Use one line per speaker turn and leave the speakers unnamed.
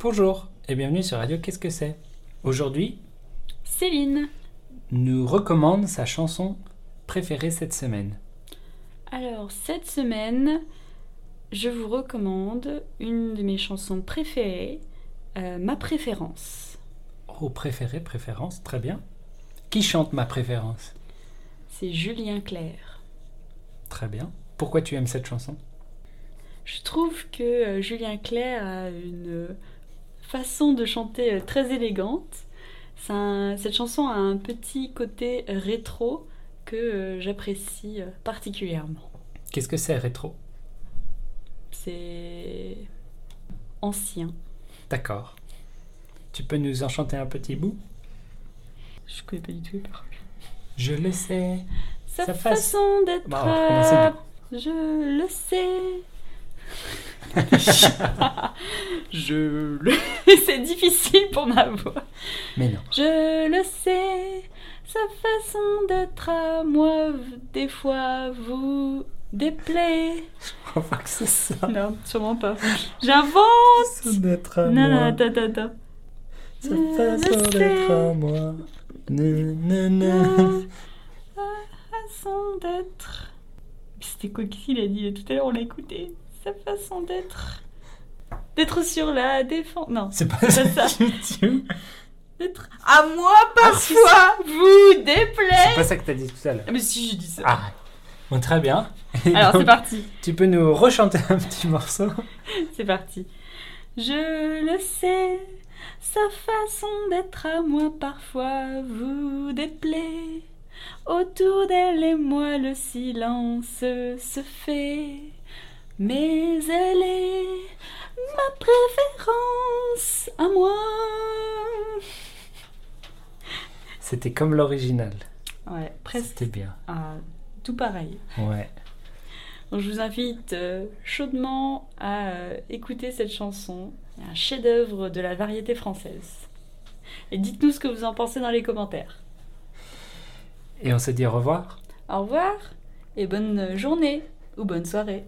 Bonjour et bienvenue sur Radio Qu'est-ce que c'est Aujourd'hui,
Céline.
nous recommande sa chanson préférée cette semaine.
Alors, cette semaine, je vous recommande une de mes chansons préférées, euh, Ma préférence.
Oh, préférée, préférence, très bien. Qui chante ma préférence
C'est Julien Clerc.
Très bien. Pourquoi tu aimes cette chanson
Je trouve que euh, Julien Clerc a une façon de chanter euh, très élégante. C'est un- cette chanson a un petit côté rétro que euh, j'apprécie euh, particulièrement.
Qu'est-ce que c'est rétro
C'est ancien.
D'accord. Tu peux nous en chanter un petit bout
Je connais pas du tout.
Je le sais.
Sa,
Sa face-
façon d'être.
Bah, on va recommencer, du coup.
Je le sais. je le. C'est difficile pour ma voix.
Mais non.
Je le sais. Sa façon d'être à moi, v- des fois, vous déplaît.
On voit que c'est ça.
Non, sûrement pas. J'invente.
d'être
Oh, Non, non, attends, attends, attends.
Ça
Je
façon d'être à
sais.
moi. Ne, ne, ne.
Sa façon d'être. C'était quoi qu'il a dit tout à l'heure On l'a écouté. Sa façon d'être. D'être sur la défense. Non.
C'est pas
C'est
ça
ça.
que tu-
D'être à moi
Ah,
parfois vous déplaît.
C'est pas ça que t'as dit tout à l'heure.
Ah, mais si, j'ai dit ça.
Ah. Bon, très bien. Ah, Et
Alors,
donc,
c'est parti.
Tu peux nous rechanter un petit morceau
C'est parti. Je le sais. Sa façon d'être à moi parfois vous déplaît. Autour d'elle et moi le silence se fait. Mais elle est ma préférence à moi.
C'était comme l'original.
Ouais, presque
C'était bien.
ah, tout pareil.
Ouais.
Donc, je vous invite euh, chaudement à euh, écouter cette chanson, un chef-d'œuvre de la variété française. Et dites-nous ce que vous en pensez dans les commentaires.
Et on se dit au revoir.
Au revoir et bonne journée ou bonne soirée.